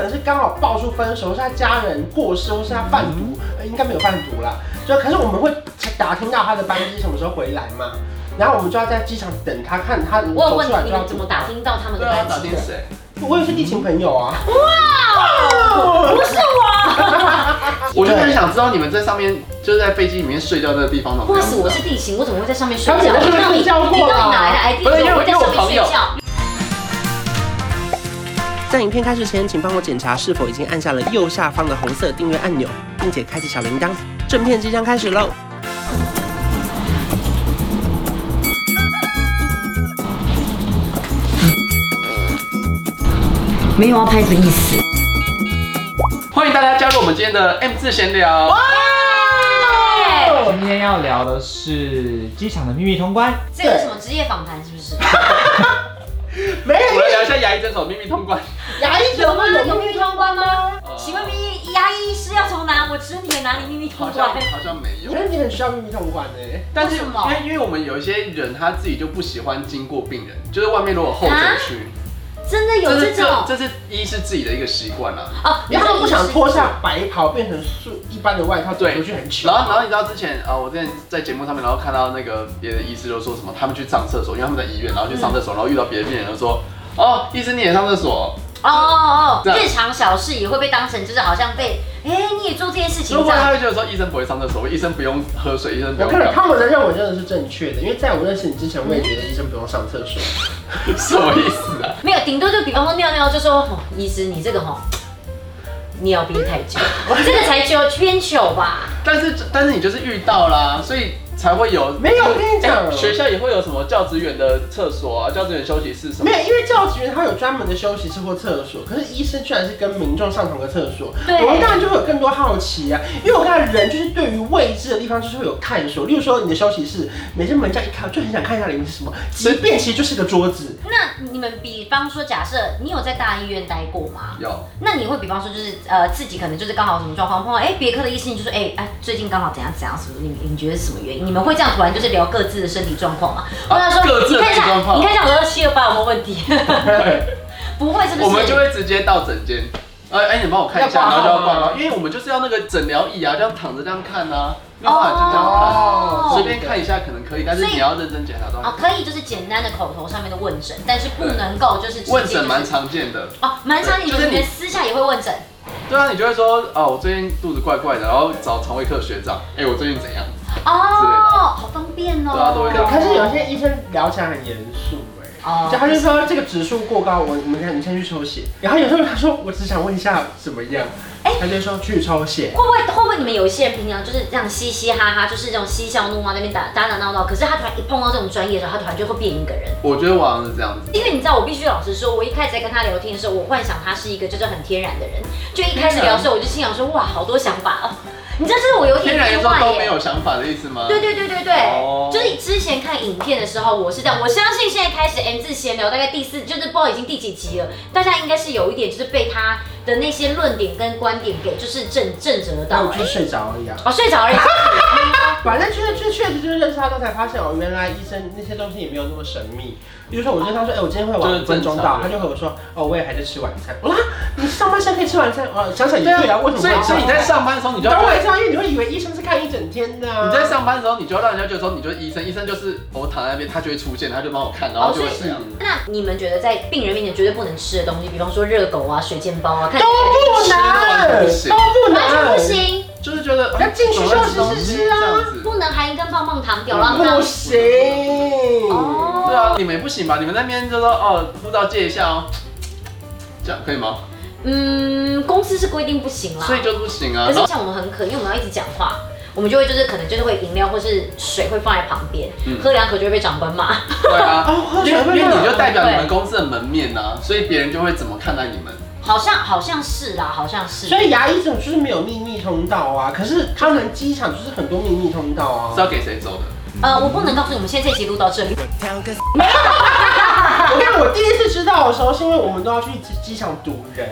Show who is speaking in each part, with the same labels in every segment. Speaker 1: 能是刚好爆出分手，是他家人过世，或是他贩
Speaker 2: 嗯
Speaker 1: 毒，呃应该没有贩毒啦。就可是我们会打听到他的班机什么时候回来嘛，然后我们就要在机场等他，看他
Speaker 3: 我有
Speaker 1: 走
Speaker 3: 问
Speaker 1: 出来
Speaker 3: 你
Speaker 1: 就
Speaker 3: 们
Speaker 1: 要
Speaker 3: 怎么打。听到他们
Speaker 4: 对
Speaker 3: 的
Speaker 4: 啊，
Speaker 3: 班
Speaker 4: 打
Speaker 3: 机？
Speaker 4: 听谁？
Speaker 1: 我也是地勤朋友啊，
Speaker 3: 哦不是
Speaker 4: 我就很想知道你们在上面，就是在飞机里面睡觉那个地方
Speaker 3: 我，
Speaker 4: 怎么
Speaker 3: 或
Speaker 4: 样
Speaker 3: 许
Speaker 4: 子
Speaker 3: 我
Speaker 4: 啊。
Speaker 3: 是地形，我怎么会在上面睡
Speaker 1: 他们
Speaker 3: 觉？你
Speaker 1: 有在
Speaker 3: 到
Speaker 1: 上面
Speaker 3: 底你
Speaker 1: 睡觉
Speaker 3: 到
Speaker 1: 过
Speaker 3: 底
Speaker 1: 啦
Speaker 3: 哪来的 idea？
Speaker 4: 不是因为
Speaker 3: 我会在
Speaker 4: 因为我
Speaker 3: 上面
Speaker 4: 朋
Speaker 3: 睡
Speaker 4: 友
Speaker 3: 觉。
Speaker 2: 在影片开始前，请帮我检查是否已经按下了右下方的红色订阅按钮，并且开启小铃铛。正片即将开始喽！
Speaker 3: 没有要拍的意思。
Speaker 4: 欢迎大家加入我们今天的 M 字闲聊。
Speaker 1: 哦
Speaker 5: 今天要聊的是机场的秘密通关，
Speaker 3: 这个是什么职业访谈是不是？
Speaker 1: 没
Speaker 4: 我
Speaker 1: 有
Speaker 4: 来聊一下牙医诊所秘密通关。
Speaker 1: 牙医
Speaker 3: 有吗？有秘密通关吗？
Speaker 4: 呃
Speaker 3: 请问秘密牙医师要从哪？我指你哪里秘密通
Speaker 4: 好像
Speaker 3: 关？
Speaker 4: 好像没
Speaker 1: 我
Speaker 4: 有
Speaker 1: 觉。得你很需要秘密通关欸诶。
Speaker 4: 但是
Speaker 3: 为什
Speaker 4: 因
Speaker 3: 么
Speaker 4: 为因为我们有一些人他自己就不喜欢经过病人，就是外面如果有候诊区，
Speaker 3: 真的啊有这
Speaker 4: 是
Speaker 3: 种
Speaker 4: 这这是一是自己的一个习惯啦。
Speaker 3: 哦？
Speaker 1: 你他们不想脱下白袍变成素一般的外套走
Speaker 4: 对
Speaker 1: 出去很糗
Speaker 4: 然。后然后你知道之前呃我之前在节目上面，然后看到那个别的医师就说什么他们去上厕所，因为他们在医院，然后去上厕所，然后遇到别的病人就说哦医生你也上厕所，
Speaker 3: 哦哦
Speaker 4: 这
Speaker 3: 哦，
Speaker 4: 样
Speaker 3: 日常小事也会被当成就是好像被哎你也做这件事情
Speaker 4: 如
Speaker 3: 这
Speaker 4: 果
Speaker 3: 样
Speaker 4: 他。会觉得说医生不会上厕所，医生不用喝水，医生不
Speaker 1: 我
Speaker 4: 用
Speaker 1: 看了
Speaker 4: 干嘛
Speaker 1: 他们的认为真的是正确的，因为在我认识你之前，我也觉得医生不用上厕所。
Speaker 4: 什么意思啊？
Speaker 3: 没有，顶多就比方说尿尿，就说、哦、医师你这个吼、尿憋太久，这个才久偏久吧？
Speaker 4: 但是但是你就是遇到啦，所以才会有
Speaker 1: 没有
Speaker 4: 就是
Speaker 1: 我跟你讲
Speaker 4: 哎学校也会有什么教职员的厕所啊，教职员休息室什么
Speaker 1: 没。有，因为教职员他有专门的休息室或厕所，可是医生居然是跟民众上同个厕所，
Speaker 3: 对
Speaker 1: 我们当然就会有更多好奇啊。因为我看到人就是对于未知的地方就是会有探索，例如说你的休息室，每次门这样一开，就很想看一下里面是什么，即便其实就是个桌子。
Speaker 3: 那你们比方说，假设你有在大医院待过吗？
Speaker 4: 有，
Speaker 3: 那你会比方说就是呃自己可能就是刚好有什么状况碰到哎别科的医生就说哎哎最近刚好怎样怎样什么你你觉得是什么原因？你们会这样突然就是聊各自的身体状况吗？或者
Speaker 4: 啊
Speaker 3: 说
Speaker 4: 各自
Speaker 3: 你
Speaker 4: 的
Speaker 3: 看一
Speaker 4: 身体状
Speaker 3: 下
Speaker 4: 况
Speaker 3: 你看一下我的七二八有没有 问题？不会是不是？
Speaker 4: 我们就会直接到诊间。呃，哎、你帮我看一下，
Speaker 1: 要挂号
Speaker 4: 然后就要挂
Speaker 1: 吗
Speaker 4: 号，因为我们就是要那个诊疗椅啊，这样躺着这样看啊，没有办法就这样
Speaker 1: 哦
Speaker 4: 看，啊随便看一下可能可以，但是
Speaker 3: 所以
Speaker 4: 你要认真检查都还
Speaker 3: 哦，可以就是简单的口头上面的问诊，但是不能够就是直接
Speaker 4: 问
Speaker 3: 就
Speaker 4: 诊
Speaker 3: 是
Speaker 4: 蛮常见的，
Speaker 3: 哦，蛮常你
Speaker 4: 对就是
Speaker 3: 们
Speaker 4: 你
Speaker 3: 你们私下也会问诊，
Speaker 4: 对啊，你就会说，哦，我最近肚子怪怪的，然后找肠胃科学长，哎、我最近怎样？之类的
Speaker 3: 哦，好方便哦。
Speaker 4: 对啊都会这样
Speaker 1: 可是有些医生聊起来很严肃哎。
Speaker 3: 哦
Speaker 1: 就他就说这个指数过高，我我们先你先去抽血。然后有时候他说我只想问一下怎么样，
Speaker 3: 哎
Speaker 1: 他就说去抽血。
Speaker 3: 会不会会不会你们有一些人平常就是这样嘻嘻哈哈，就是这种嬉笑怒骂那边打打打闹闹，可是他突然一碰到这种专业的时候，他突然就会变一个人。
Speaker 4: 我觉得我好像是这样子，
Speaker 3: 因为你知道，我必须老实说，我一开始在跟他聊天的时候，我幻想他是一个就是很天然的人。就一开始聊的时候，我就心想说，哇，好多想法哦。你知道，就是我有点
Speaker 4: 天然
Speaker 3: 意
Speaker 4: 说
Speaker 3: 外
Speaker 4: 都没
Speaker 3: 耶。
Speaker 4: 有想法的意思吗？
Speaker 3: 对对对对对，
Speaker 4: 哦
Speaker 3: 就是之前看影片的时候，我是这样。我相信现在开始 M 字闲聊，大概第四，就是不知道已经第几集了。大家应该是有一点，就是被他的那些论点跟观点给就是震震折
Speaker 1: 然
Speaker 3: 到
Speaker 1: 后我
Speaker 3: 了
Speaker 1: 就。睡着了呀。
Speaker 3: 哦，睡着了。
Speaker 1: 反正确确确实就是认识他之后才发现哦，原来医生那些东西也没有那么神秘。比如说，我就跟他说，哎、我今天会晚五分钟到，他就和我说，哦，我也还在吃晚餐。我说，啊你上班现在可以吃晚餐？哦，想想也对啊，为什么
Speaker 4: 所以
Speaker 1: 会这
Speaker 4: 所以
Speaker 1: 样？
Speaker 4: 你在上班的时候，你就
Speaker 1: 当
Speaker 3: 啊
Speaker 4: 要
Speaker 1: 然知道，因为你会以为医生是看一整天的、啊。
Speaker 4: 你在上班的时候，你就要让人家觉得说你就是医生，医生就是我躺在那边，他就会出现，他就帮我看，然
Speaker 3: 哦，
Speaker 4: 后就
Speaker 3: 所
Speaker 4: 会
Speaker 3: 以
Speaker 4: 这样。
Speaker 1: 嗯
Speaker 3: 那你们觉得在病人面前绝对不能吃的东西，比方说热狗啊、水煎包啊，看
Speaker 1: 都不能，都不
Speaker 3: 完全
Speaker 1: 能
Speaker 3: 不，行，
Speaker 4: 就是觉得哎
Speaker 1: 要进去
Speaker 4: 怎么会吃东西
Speaker 1: 休息室啊
Speaker 4: 这样子
Speaker 3: 不能含一根棒棒糖吊郎
Speaker 1: 不
Speaker 3: 当。
Speaker 1: 行。
Speaker 3: 哦
Speaker 4: 对啊，你们也不行吧？你们那边就说哦，护照借一下哦，这样可以吗？
Speaker 3: 嗯，公司是规定不行啦。
Speaker 4: 所以就不行啊。
Speaker 3: 可
Speaker 4: 然
Speaker 3: 是
Speaker 4: 后
Speaker 3: 像我们很渴，因为我们要一直讲话，我们就会就是可能就是会饮料或是水会放在旁边，
Speaker 4: 嗯
Speaker 3: 喝两口就会被长官骂。
Speaker 4: 对啊，
Speaker 1: 哦，喝
Speaker 4: 因
Speaker 1: 水
Speaker 4: 为
Speaker 1: 会
Speaker 4: 因为你就
Speaker 1: 热。
Speaker 4: 代表你们公司的门面呐、啊，所以别人就会怎么看待你们。
Speaker 3: 好像好像是啦，好像是。
Speaker 1: 所以牙医总就是没有秘密通道啊，可是他们机场就是很多秘密通道啊
Speaker 4: 是。要给谁走的？
Speaker 3: 呃，我不能告诉你们，现在这一集录到这里。
Speaker 1: 我看啊我第一次知道的时候，是因为我们都要去机机场堵人，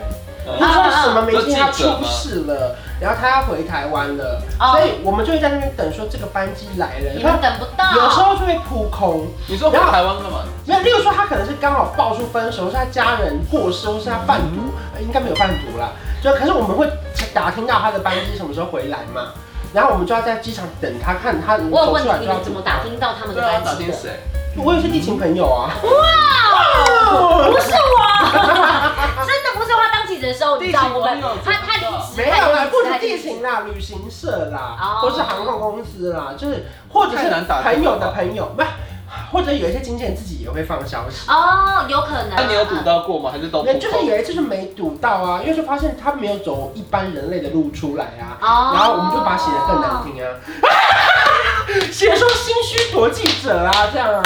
Speaker 4: 嗯
Speaker 1: 他说什么明星他出事了，然后他要回台湾了，
Speaker 3: 哦嗯
Speaker 1: 所以我们就会在那边等，说这个班机来
Speaker 4: 哎
Speaker 1: 了。
Speaker 3: 你
Speaker 1: 然
Speaker 3: 们
Speaker 1: 后
Speaker 3: 等不到。
Speaker 1: 有时候就会扑空，
Speaker 4: 你说回
Speaker 1: 然后
Speaker 4: 台湾干嘛？
Speaker 1: 没有，例如说他可能是刚好爆出分手，或是他家人过世，或是他贩
Speaker 4: 嗯
Speaker 1: 毒，呃应该没有贩毒啦。就可是我们会打听到他的班机什么时候回来嘛，然后我们就要在机场等他，看他走
Speaker 3: 我有问
Speaker 1: 出来就
Speaker 3: 你，你
Speaker 1: 要
Speaker 3: 们怎么打？听到他们的
Speaker 4: 对啊，
Speaker 3: 班
Speaker 4: 打
Speaker 3: 级
Speaker 4: 听
Speaker 3: 的？
Speaker 4: 谁？
Speaker 1: 我有些地勤朋友啊，哦
Speaker 3: 哇，哦不是我，真的不是我。他当记者的时候，你知道我们
Speaker 4: 地勤朋友，
Speaker 3: 他他离职，
Speaker 1: 没有啦，不
Speaker 3: 他
Speaker 1: 止
Speaker 3: 已
Speaker 1: 地
Speaker 3: 经辞
Speaker 1: 勤啦，旅行社啦，
Speaker 3: 哦
Speaker 1: 或是航空公司啦，就是或者是
Speaker 4: 太难打听了
Speaker 1: 朋友的朋友，不，或者有一些经纪人自己也会放消息。
Speaker 3: 哦，有可能。
Speaker 4: 那你有赌到过吗？还是
Speaker 3: 哦
Speaker 4: 都不
Speaker 1: 那就是
Speaker 4: 碰？
Speaker 1: 有一次是没堵到啊，因为就发现他没有走一般人类的路出来啊，
Speaker 3: 哦
Speaker 1: 然后我们就把它写的更难。听啊，写说心虚夺记者啊这样啊，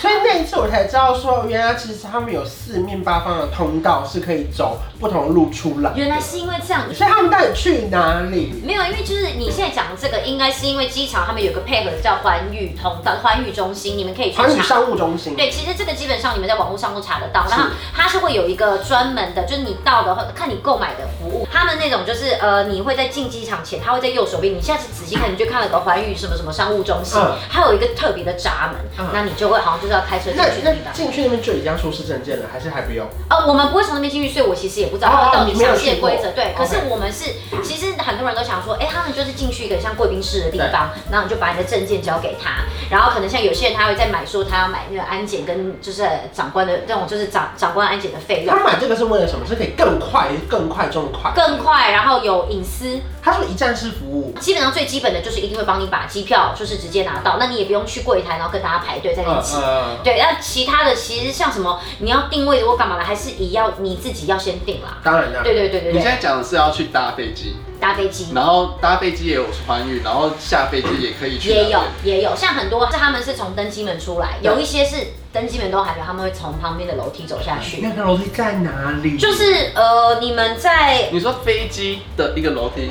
Speaker 1: 所以那一次我才知道说，原来其实他们有四面八方的通道是可以走不同的路出来的，
Speaker 3: 原来是因为这样子。
Speaker 1: 所以他们到底去哪里？
Speaker 3: 没有，因为就是你现在讲的这个，应该是因为机场他们有个配合叫环宇通道、环宇中心，你们可以去
Speaker 1: 环宇
Speaker 3: 查。
Speaker 1: 商务中心，
Speaker 3: 对，其实这个基本上你们在网络上都查得到，
Speaker 1: 是
Speaker 3: 然后它是会有一个专门的，就是你到的话，看你购买的服务，他们那种就是呃，你会在进机场前，他会在右手边，你下次仔细看，你就看了个环宇什么什么商务中心
Speaker 1: 嗯，
Speaker 3: 它有一个特别的闸门
Speaker 1: 嗯，
Speaker 3: 那你就会好像就是要开车进
Speaker 1: 那
Speaker 3: 去的地
Speaker 1: 那
Speaker 3: 方。
Speaker 1: 进去那边就已经要出示证件了，还是还不用？
Speaker 3: 呃，我们不会从那边进去，所以我其实也不知道
Speaker 1: 哦
Speaker 3: 它到底
Speaker 1: 你没有
Speaker 3: 详细
Speaker 1: 去
Speaker 3: 的
Speaker 1: 过
Speaker 3: 规则。对，可是
Speaker 1: OK
Speaker 3: 我们是，其实很多人都想说，哎，他们就是进去一个像贵宾室的地方，然后你就把你的证件交给他，然后可能像有些人他会再买，说他要买那个安检跟就是长官的那种，就是长长官安检的费用
Speaker 1: 他买这个是为了什么？是可以更快、更快、更快。
Speaker 3: 更快，然后有隐私，
Speaker 1: 他说一站式服务，
Speaker 3: 基本上最基本的就是一定会帮你把机票就是直接拿到，那你也不用去柜台，然后跟大家排队在
Speaker 1: 嗯
Speaker 3: 那边起
Speaker 1: 嗯，
Speaker 3: 对，那其他的其实像什么你要定位或干嘛的，还是一要你自己要先定啦。
Speaker 1: 当然的。
Speaker 3: 对对对对
Speaker 4: 你现
Speaker 3: 对，
Speaker 4: 在讲的是要去搭飞机，
Speaker 3: 搭飞机。
Speaker 4: 然后搭飞机也有环宇，然后下飞机也可
Speaker 1: 啊
Speaker 4: 以去哪里。
Speaker 3: 也有也有，像很多是他们是从登机门出来，
Speaker 1: 对
Speaker 3: 有一些是登机门都还没有，他们会从旁边的楼梯走下去。
Speaker 1: 那个楼梯在哪里？
Speaker 3: 就是呃，你们在
Speaker 4: 你说飞机的一个楼梯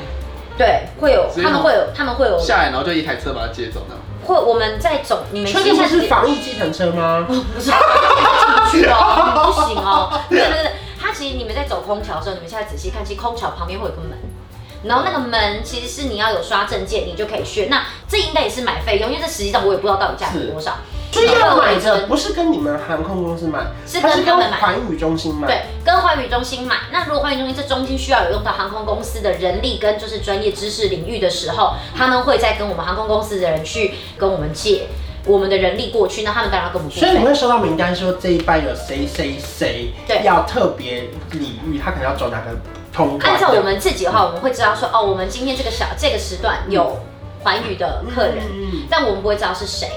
Speaker 3: 对会有，
Speaker 4: 所以
Speaker 3: 他们会有，他们会有
Speaker 4: 下来，然后就一台车把它接走呢？
Speaker 3: 会我们在走，你们
Speaker 1: 确定不是
Speaker 3: 是
Speaker 1: 防疫计程车吗？
Speaker 3: 不是不 去
Speaker 1: 啊
Speaker 3: 哦，不行哦，对对对，它其实你们在走空桥的时候，你们现在仔细看，其实空桥旁边会有个门。然后那个门其实是你要有刷证件，你就可以去。那这应该也是买费用，因为这实际上我也不知道到底价格多少。
Speaker 1: 所以要买
Speaker 3: 然后
Speaker 1: 的不是跟你们航空公司买，
Speaker 3: 是
Speaker 1: 它
Speaker 3: 跟
Speaker 1: 是
Speaker 3: 他们
Speaker 1: 跟
Speaker 3: 买
Speaker 1: 环宇中心买。
Speaker 3: 对，跟寰宇中心买。那如果寰宇中心这中间需要有用到航空公司的人力跟就是专业知识领域的时候，他们会再跟我们航空公司的人去跟我们借我们的人力过去，那他们当然要跟我们付
Speaker 1: 所以你们
Speaker 3: 费。
Speaker 1: 会收到名单，说这一班有谁谁谁，
Speaker 3: 对
Speaker 1: 要特别领域，他可能要走哪个通关。
Speaker 3: 按照我们自己的话，我们会知道说，哦，我们今天这个小这个时段有寰宇的客人，
Speaker 1: 嗯
Speaker 3: 但我们不会知道是谁。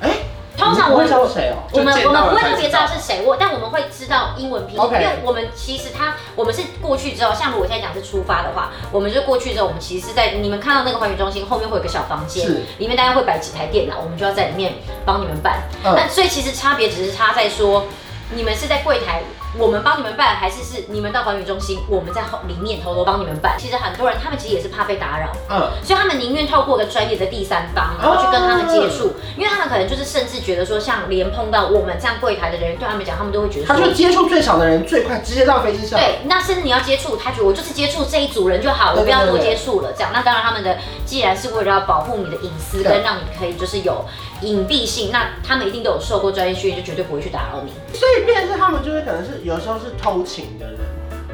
Speaker 1: 哎，
Speaker 3: 通常
Speaker 1: 你
Speaker 3: 我
Speaker 1: 们不会
Speaker 3: 们
Speaker 1: 知道谁哦。
Speaker 3: 我们
Speaker 4: 就见
Speaker 3: 我们
Speaker 4: 到了
Speaker 3: 不会
Speaker 4: 才
Speaker 3: 特别
Speaker 4: 知
Speaker 3: 知
Speaker 4: 道
Speaker 3: 道是谁，我但我们会知道英文拼音
Speaker 1: OK
Speaker 3: 因为我们其实他我们是过去之后，像如果现在讲是出发的话，我们就过去之后，我们其实是在你们看到那个环宇中心后面会有个小房间
Speaker 1: 是，
Speaker 3: 里面大概会摆几台电脑，我们就要在里面帮你们办。
Speaker 1: 嗯
Speaker 3: 那所以其实差别只是差在说，你们是在柜台。我们帮你们办，还是是你们到环宇中心，我们在后里面偷偷帮你们办。其实很多人他们其实也是怕被打扰，
Speaker 1: 嗯，
Speaker 3: 所以他们宁愿透过一个专业的第三方，然后去跟他们接触，因为他们可能就是甚至觉得说，像连碰到我们这样柜台的人，对他们讲，他们都会觉得
Speaker 1: 他
Speaker 3: 说
Speaker 1: 说。接触最少的人最快，直接到飞机上。
Speaker 3: 对，那甚至你要接触，他觉得我就是接触这一组人就好，
Speaker 1: 对
Speaker 3: 我不要
Speaker 1: 对
Speaker 3: 多
Speaker 1: 对对
Speaker 3: 接触了。这样，那当然他们的既然是为了要保护你的隐私，
Speaker 1: 对
Speaker 3: 跟让你可以就是有隐蔽性，那他们一定都有受过专业训练，就绝对不会去打扰你。
Speaker 1: 所以变成是他们就会可能是有时候是偷情的人，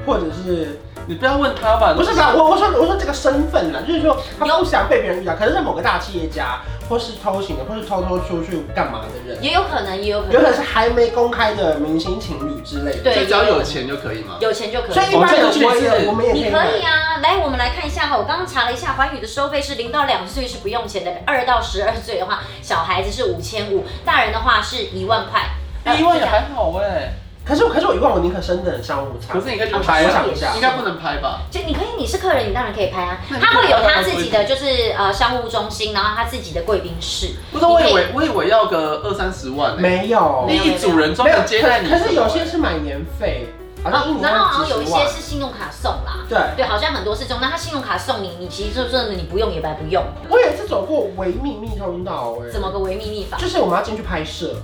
Speaker 1: 或者是
Speaker 4: 你不要问他
Speaker 3: 呃
Speaker 4: 吧，
Speaker 1: 不是吧？我我说我说这个身份啦，就是说他不想被别人遇到，可能是某个大企业家，或是偷情的，或是偷偷出去干嘛的人。
Speaker 3: 也有可能，也有可
Speaker 1: 有可能
Speaker 3: 能，
Speaker 1: 是还没公开的明星情侣之类的。
Speaker 3: 对
Speaker 4: 所以只要有钱就可以吗？
Speaker 3: 有钱就可以。
Speaker 1: 所以一般人
Speaker 4: 哦
Speaker 1: 我也我们也可以买
Speaker 3: 你可以啊，来，我们来看一下哈。我刚刚查了一下，环宇的收费是零到两岁是不用钱的，二到十二岁的话，小孩子是五千五，大人的话是一万块。呃
Speaker 4: 一万也
Speaker 1: 啊
Speaker 4: 还好哎，
Speaker 1: 可是我可是我一万，我宁可升等商务舱。
Speaker 4: 可是你可以去
Speaker 3: 哦
Speaker 4: 拍啊
Speaker 1: 我想一下，
Speaker 4: 应该不能拍吧？
Speaker 3: 就你可以，你是客人，你当然可以拍啊
Speaker 4: 那。你
Speaker 3: 他会有他自己
Speaker 4: 可以拍
Speaker 3: 的，就是呃商务中心，然后他自己的贵宾室。
Speaker 4: 不是，我以
Speaker 3: 你可
Speaker 4: 为我以为要个二三十万呢，
Speaker 1: 没有，
Speaker 4: 你
Speaker 1: 没
Speaker 3: 没
Speaker 1: 有
Speaker 3: 有
Speaker 4: 一组人专门接待你什
Speaker 1: 可
Speaker 4: 么。
Speaker 1: 可是有些是买年费，好像一年
Speaker 3: 呃哦然后好像有一
Speaker 1: 几十万
Speaker 3: 些是信用卡送啦。
Speaker 1: 对。
Speaker 3: 对，好像很多是这种。那他信用卡送你，你其实就真的你不用也白不用。
Speaker 1: 我有一次走过维密密通道，哎，
Speaker 3: 怎么个维密密法？
Speaker 1: 就是我们要进去拍摄，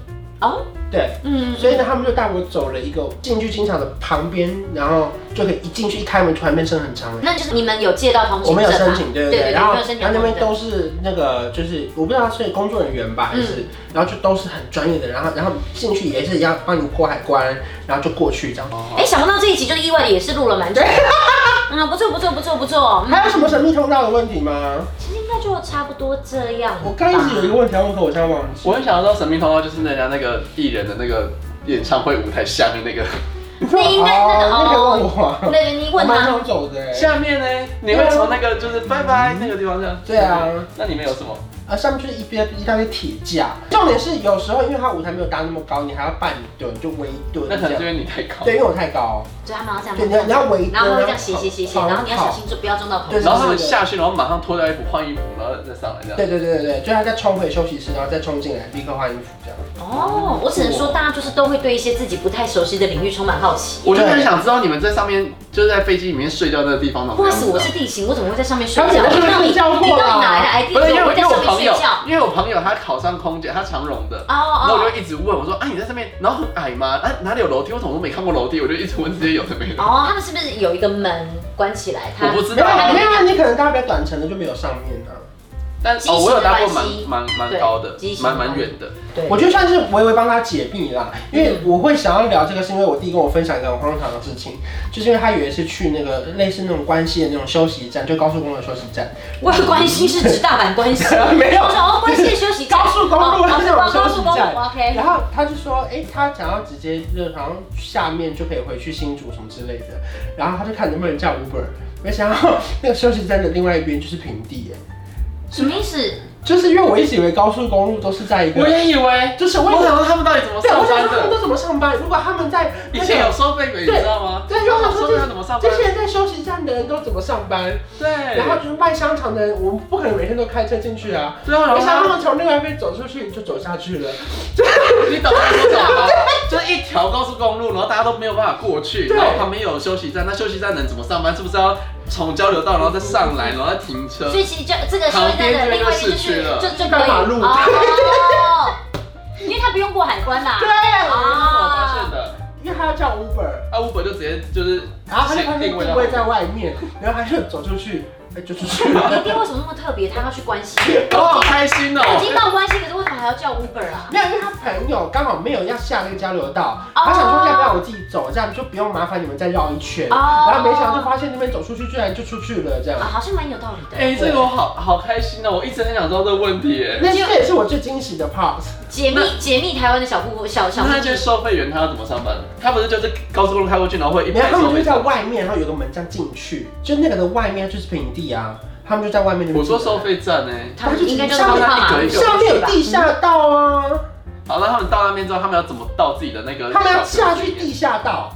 Speaker 3: 哦，
Speaker 1: 对，
Speaker 3: 嗯，
Speaker 1: 所以呢，他们就带我走了一个进去机场的旁边，然后就可以一进去一开门，突然变声很长哎了。
Speaker 3: 那就是你们有借到同
Speaker 1: 我
Speaker 3: 行
Speaker 1: 们有
Speaker 3: 证
Speaker 1: 申
Speaker 3: 吗？
Speaker 1: 请，对
Speaker 3: 对
Speaker 1: 对
Speaker 3: 对，
Speaker 1: 对，然后
Speaker 3: 你们有申请
Speaker 1: 然后那边
Speaker 3: 同行证
Speaker 1: 都是那个就是我不知道是工作人员吧
Speaker 3: 嗯
Speaker 1: 还是，然后就都是很专业的，然后然后进去也是一样帮你过海关，然后就过去这样。
Speaker 3: 哎，想不到这一集就是意外的也是录了蛮 久的。嗯，不错不错不错不错，嗯
Speaker 1: 还有什么神秘通道的问题吗？
Speaker 3: 其实应该就差不多这样吧。
Speaker 1: 我刚一直有一个问题要问，可我现在忘记。
Speaker 4: 我很想要知道神秘通道就是人家那个艺人的那个演唱会舞台下面那个
Speaker 3: 那应该那个
Speaker 1: 哦那个问
Speaker 3: 哦，
Speaker 1: 我，
Speaker 3: 那个你
Speaker 1: 我
Speaker 3: 问
Speaker 1: 蛮
Speaker 3: 他，
Speaker 1: 想走的欸。
Speaker 4: 下面呢，你会从那个就是拜拜那个地方这样。
Speaker 1: 对啊，
Speaker 4: 那里面有什么？
Speaker 1: 啊，上面就是一边一大堆铁架，重点是有时候因为它舞台没有搭那么高，你还要半蹲，就围蹲
Speaker 4: 那可
Speaker 1: 这
Speaker 4: 能是因
Speaker 1: 样。
Speaker 4: 为你太高
Speaker 1: 对，。因为我太高，
Speaker 3: 就他们要这样
Speaker 1: 对，你要你要围蹲，
Speaker 3: 然后他们会这样斜斜斜斜，
Speaker 1: 跑
Speaker 3: 然后你要小。心，就不要撞到朋
Speaker 1: 对
Speaker 3: 友。
Speaker 4: 然后他们下去，然后马上脱掉衣服换衣服，然后再上来这样。
Speaker 1: 对对对对对，就他再冲回休息室，然后再冲进来，立刻换衣服这样。
Speaker 3: 哦，我只能说大家就是都会对一些自己不太熟悉的领域充满好奇。
Speaker 4: 我就很想知道你们在上面就是在飞机里面睡觉那个地方
Speaker 3: 不好
Speaker 4: 那
Speaker 3: 意思，
Speaker 4: 种。
Speaker 3: 我是地形，我怎么会在上面睡
Speaker 1: 嗯他
Speaker 3: 觉？
Speaker 1: 们
Speaker 3: 你
Speaker 1: 在
Speaker 3: 到
Speaker 1: 上
Speaker 3: 底
Speaker 1: 面
Speaker 3: 你
Speaker 1: 睡觉过
Speaker 3: 到
Speaker 1: 啊
Speaker 3: 底哪来的
Speaker 4: 不是
Speaker 3: idea？
Speaker 4: 因为
Speaker 3: 我
Speaker 4: 我
Speaker 3: 会在上面
Speaker 4: 因为我朋
Speaker 3: 睡
Speaker 4: 友
Speaker 3: 觉，。
Speaker 4: 因为我朋友他考上空姐，他长荣的，
Speaker 3: 哦
Speaker 4: 然后我
Speaker 3: 哦
Speaker 4: 就一直问我说：“啊，你在上面，然后很矮吗？啊，哪里有楼梯？我怎么都没看过楼梯？我就一直问这些有的没的。
Speaker 3: 哦，他们是不是有一个门关起来？他
Speaker 4: 我不知
Speaker 1: 没
Speaker 4: 道啊
Speaker 1: 有 没有啊，你可能搭比较短程的就没有上面啊。
Speaker 4: 但
Speaker 3: 机
Speaker 4: 哦，我有
Speaker 3: 型的
Speaker 4: 搭过蛮
Speaker 3: 关系
Speaker 4: 蛮蛮
Speaker 3: 对
Speaker 4: 高的
Speaker 3: 机，型
Speaker 4: 蛮
Speaker 3: 的
Speaker 4: 蛮
Speaker 3: 关系
Speaker 4: 远的。
Speaker 3: 对，
Speaker 1: 我就算是微微帮他解密啦，因为我会想要聊这个，是因为我弟跟我分享一个很荒唐的事情，就是因为他有一次去那个类似那种关系的那种休息站，就高速公路的休息站，
Speaker 3: 我的关系是指大阪关系，
Speaker 1: 没有
Speaker 3: 我说哦，关系的休息站
Speaker 1: 高速公路
Speaker 3: 哦
Speaker 1: 那种
Speaker 3: 高
Speaker 1: 休
Speaker 3: 速
Speaker 1: 息
Speaker 3: 公
Speaker 1: 站
Speaker 3: 路，OK。
Speaker 1: 然后他就说，哎、他想要直接就是好像下面就可以回去新竹什么之类的，然后他就看能不能叫 Uber，没想到那个休息站的另外一边就是平地，哎，
Speaker 3: 什么意思？
Speaker 1: 就是因为我一直以为高速公路都是在一
Speaker 4: 我
Speaker 1: 个，
Speaker 4: 也以为，
Speaker 1: 就是我
Speaker 4: 我
Speaker 1: 想
Speaker 4: 想，说他们到底怎么
Speaker 1: 对，
Speaker 4: 上
Speaker 1: 我想
Speaker 4: 班
Speaker 1: 说他们
Speaker 4: 的？
Speaker 1: 都怎么上班？如果他们在那
Speaker 4: 以
Speaker 1: 个
Speaker 4: 前有收费没，你
Speaker 1: 对
Speaker 4: 知道吗？
Speaker 1: 对，就想
Speaker 4: 说
Speaker 1: 说
Speaker 4: 他们怎么上
Speaker 1: 这这？
Speaker 4: 班
Speaker 1: 些人在休息站的人都怎么上班？
Speaker 4: 对，
Speaker 1: 然后就是卖香肠的人，我们不可能每天都开车进去啊。
Speaker 4: 对啊，然
Speaker 1: 没
Speaker 4: 后
Speaker 1: 想到他
Speaker 4: 他
Speaker 1: 们从另外一边走出去就走下去了。
Speaker 4: 你懂他说什 么吗？就是一条高速公路，然后大家都没有办法过去，
Speaker 1: 对
Speaker 4: 然后旁边有休息站，那休息站能怎么上班？是不是要从交流道然后再上
Speaker 1: 嗯
Speaker 4: 来，然后再停车
Speaker 3: 所？以其实就这个休息站的另外一边就是就就可
Speaker 1: 旁边
Speaker 3: 以
Speaker 1: 就是马路
Speaker 3: 哦，因为他不用过海关啦。
Speaker 1: 对，
Speaker 4: 啊我哦发现
Speaker 3: 啊，
Speaker 4: 的，
Speaker 1: 因为他要叫 Uber，
Speaker 4: 啊，Uber 就直接就是
Speaker 1: 然后他就发现
Speaker 4: 定位到
Speaker 1: 定位在外 面，然后他就走出去，哎就出去了。
Speaker 3: 你弟为什么那么特别？他要去关西，
Speaker 4: 我好开心哦！
Speaker 3: 已经到关西，可是为什么还要叫 Uber 啊？
Speaker 1: 没有，因为他朋友刚好没有要下那个交流道，
Speaker 3: 哦
Speaker 1: 他想说要不要我自己走，这样就不用麻烦你们再绕一圈。
Speaker 3: 哦
Speaker 1: 然后没想到就发现那边走出去居然就出去了，这样
Speaker 3: 啊，。好像蛮有道理的。
Speaker 4: 哎，这个我好好开心哦！我一直很想知道这个问题耶。
Speaker 1: 那这也是我最惊喜的 part。
Speaker 3: 解密解密台湾的小瀑布，小小
Speaker 4: 那那些
Speaker 3: 瀑
Speaker 4: 收费员他要怎么上班？他不是就是高速公路开过去，然后会一
Speaker 1: 没有，
Speaker 4: 排
Speaker 1: 他
Speaker 4: 收
Speaker 1: 们就
Speaker 4: 费
Speaker 1: 在
Speaker 4: 站？
Speaker 1: 外面，然后有个门这样进去，就那个的外面就是平地啊，他们就在外面那边。
Speaker 4: 我说收费站呢？
Speaker 3: 他们应该就是靠马路
Speaker 1: 上面有地下道
Speaker 4: 嗯
Speaker 1: 啊，
Speaker 4: 好，那他们到那边之后，他们要怎么到自己的那个？
Speaker 1: 他们要下去地。下道，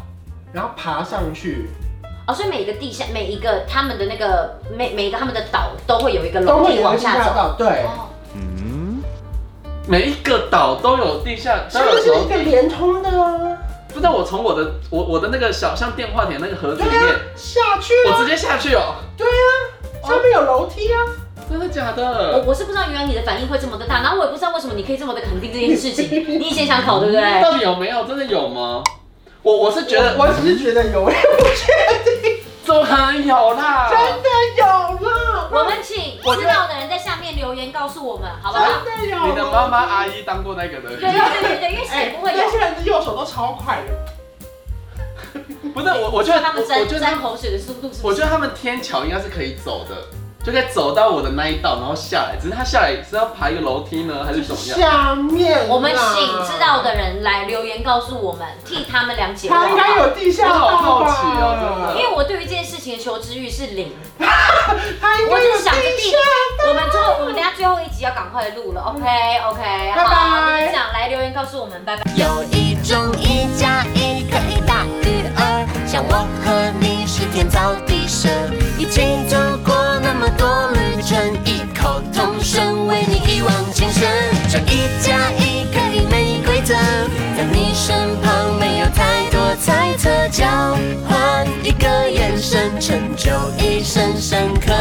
Speaker 1: 然后爬上去，
Speaker 3: 哦，所以每一个地下每一个他们的那个每每一个他们的岛都会有一个
Speaker 1: 都
Speaker 3: 楼
Speaker 1: 会
Speaker 3: 梯
Speaker 1: 有个
Speaker 3: 往
Speaker 1: 地下
Speaker 3: 下走。
Speaker 1: 道，对，
Speaker 3: 哦，
Speaker 4: 每一个岛都有地下，都
Speaker 1: 上
Speaker 4: 有
Speaker 1: 面就是
Speaker 4: 楼
Speaker 1: 一个
Speaker 4: 梯。
Speaker 1: 连通的啊，
Speaker 4: 不知道我从我的我我的那个小像电话亭那个盒子里
Speaker 1: 对啊
Speaker 4: 面，，
Speaker 1: 下去
Speaker 4: 我
Speaker 1: 啊，
Speaker 4: 直接下去哦。
Speaker 1: 对啊，上面有楼梯啊，
Speaker 4: 真的假
Speaker 3: 我
Speaker 4: 的？
Speaker 3: 我是不知道原来你的反应会这么的大，然后我也不知道为什么你可以这么的肯定这件 事情。你以前想考对不对？
Speaker 4: 到底有没有？真的有吗？我我是觉得
Speaker 1: 我我只是觉得 有，
Speaker 4: 怎么可能有啦？
Speaker 1: 真的有啦，
Speaker 3: 我们请知道的人在下面留言告诉我们，好不好？
Speaker 1: 真的有，
Speaker 4: 你的妈妈阿姨当过那个
Speaker 3: 对
Speaker 1: 啊
Speaker 3: 对
Speaker 4: 的？
Speaker 3: 对对对，因为谁不会有
Speaker 1: 那？些人的右手都超快的，
Speaker 4: 不是我，我觉得
Speaker 3: 他们
Speaker 4: 我我
Speaker 3: 沾
Speaker 4: 觉得
Speaker 3: 沾口水的速度是不
Speaker 4: 我
Speaker 3: 是？
Speaker 4: 觉得他们天桥应该是可以走的，就可以走到我的那一道，然后下来。只是他下来是要爬一个楼梯呢，还是怎么样？
Speaker 1: 下面啦
Speaker 3: 我们
Speaker 1: 啊
Speaker 3: 请知道的人来留言告诉我们，替他们俩解惑。
Speaker 1: 他应该有地下道吧？
Speaker 4: 我好奇哦
Speaker 3: 因为我对于这件事情的求知欲是零，
Speaker 1: 他应
Speaker 3: 我
Speaker 1: 该有
Speaker 3: 只想着
Speaker 1: 地
Speaker 3: 地
Speaker 1: 下。。
Speaker 3: 我们最后，我们等一下最后一集要赶快录了，OK OK，
Speaker 1: 拜
Speaker 3: 好，
Speaker 1: 拜
Speaker 3: 就这样，来留言告诉我们，拜拜。
Speaker 6: 有一种一加一可以大于二，像我和你是天造地设，一起走过那么多旅程，异口同声为你一往情深。这一加一可以没规则，在你身旁没有太多猜测，交换一个眼神，成就一生深刻。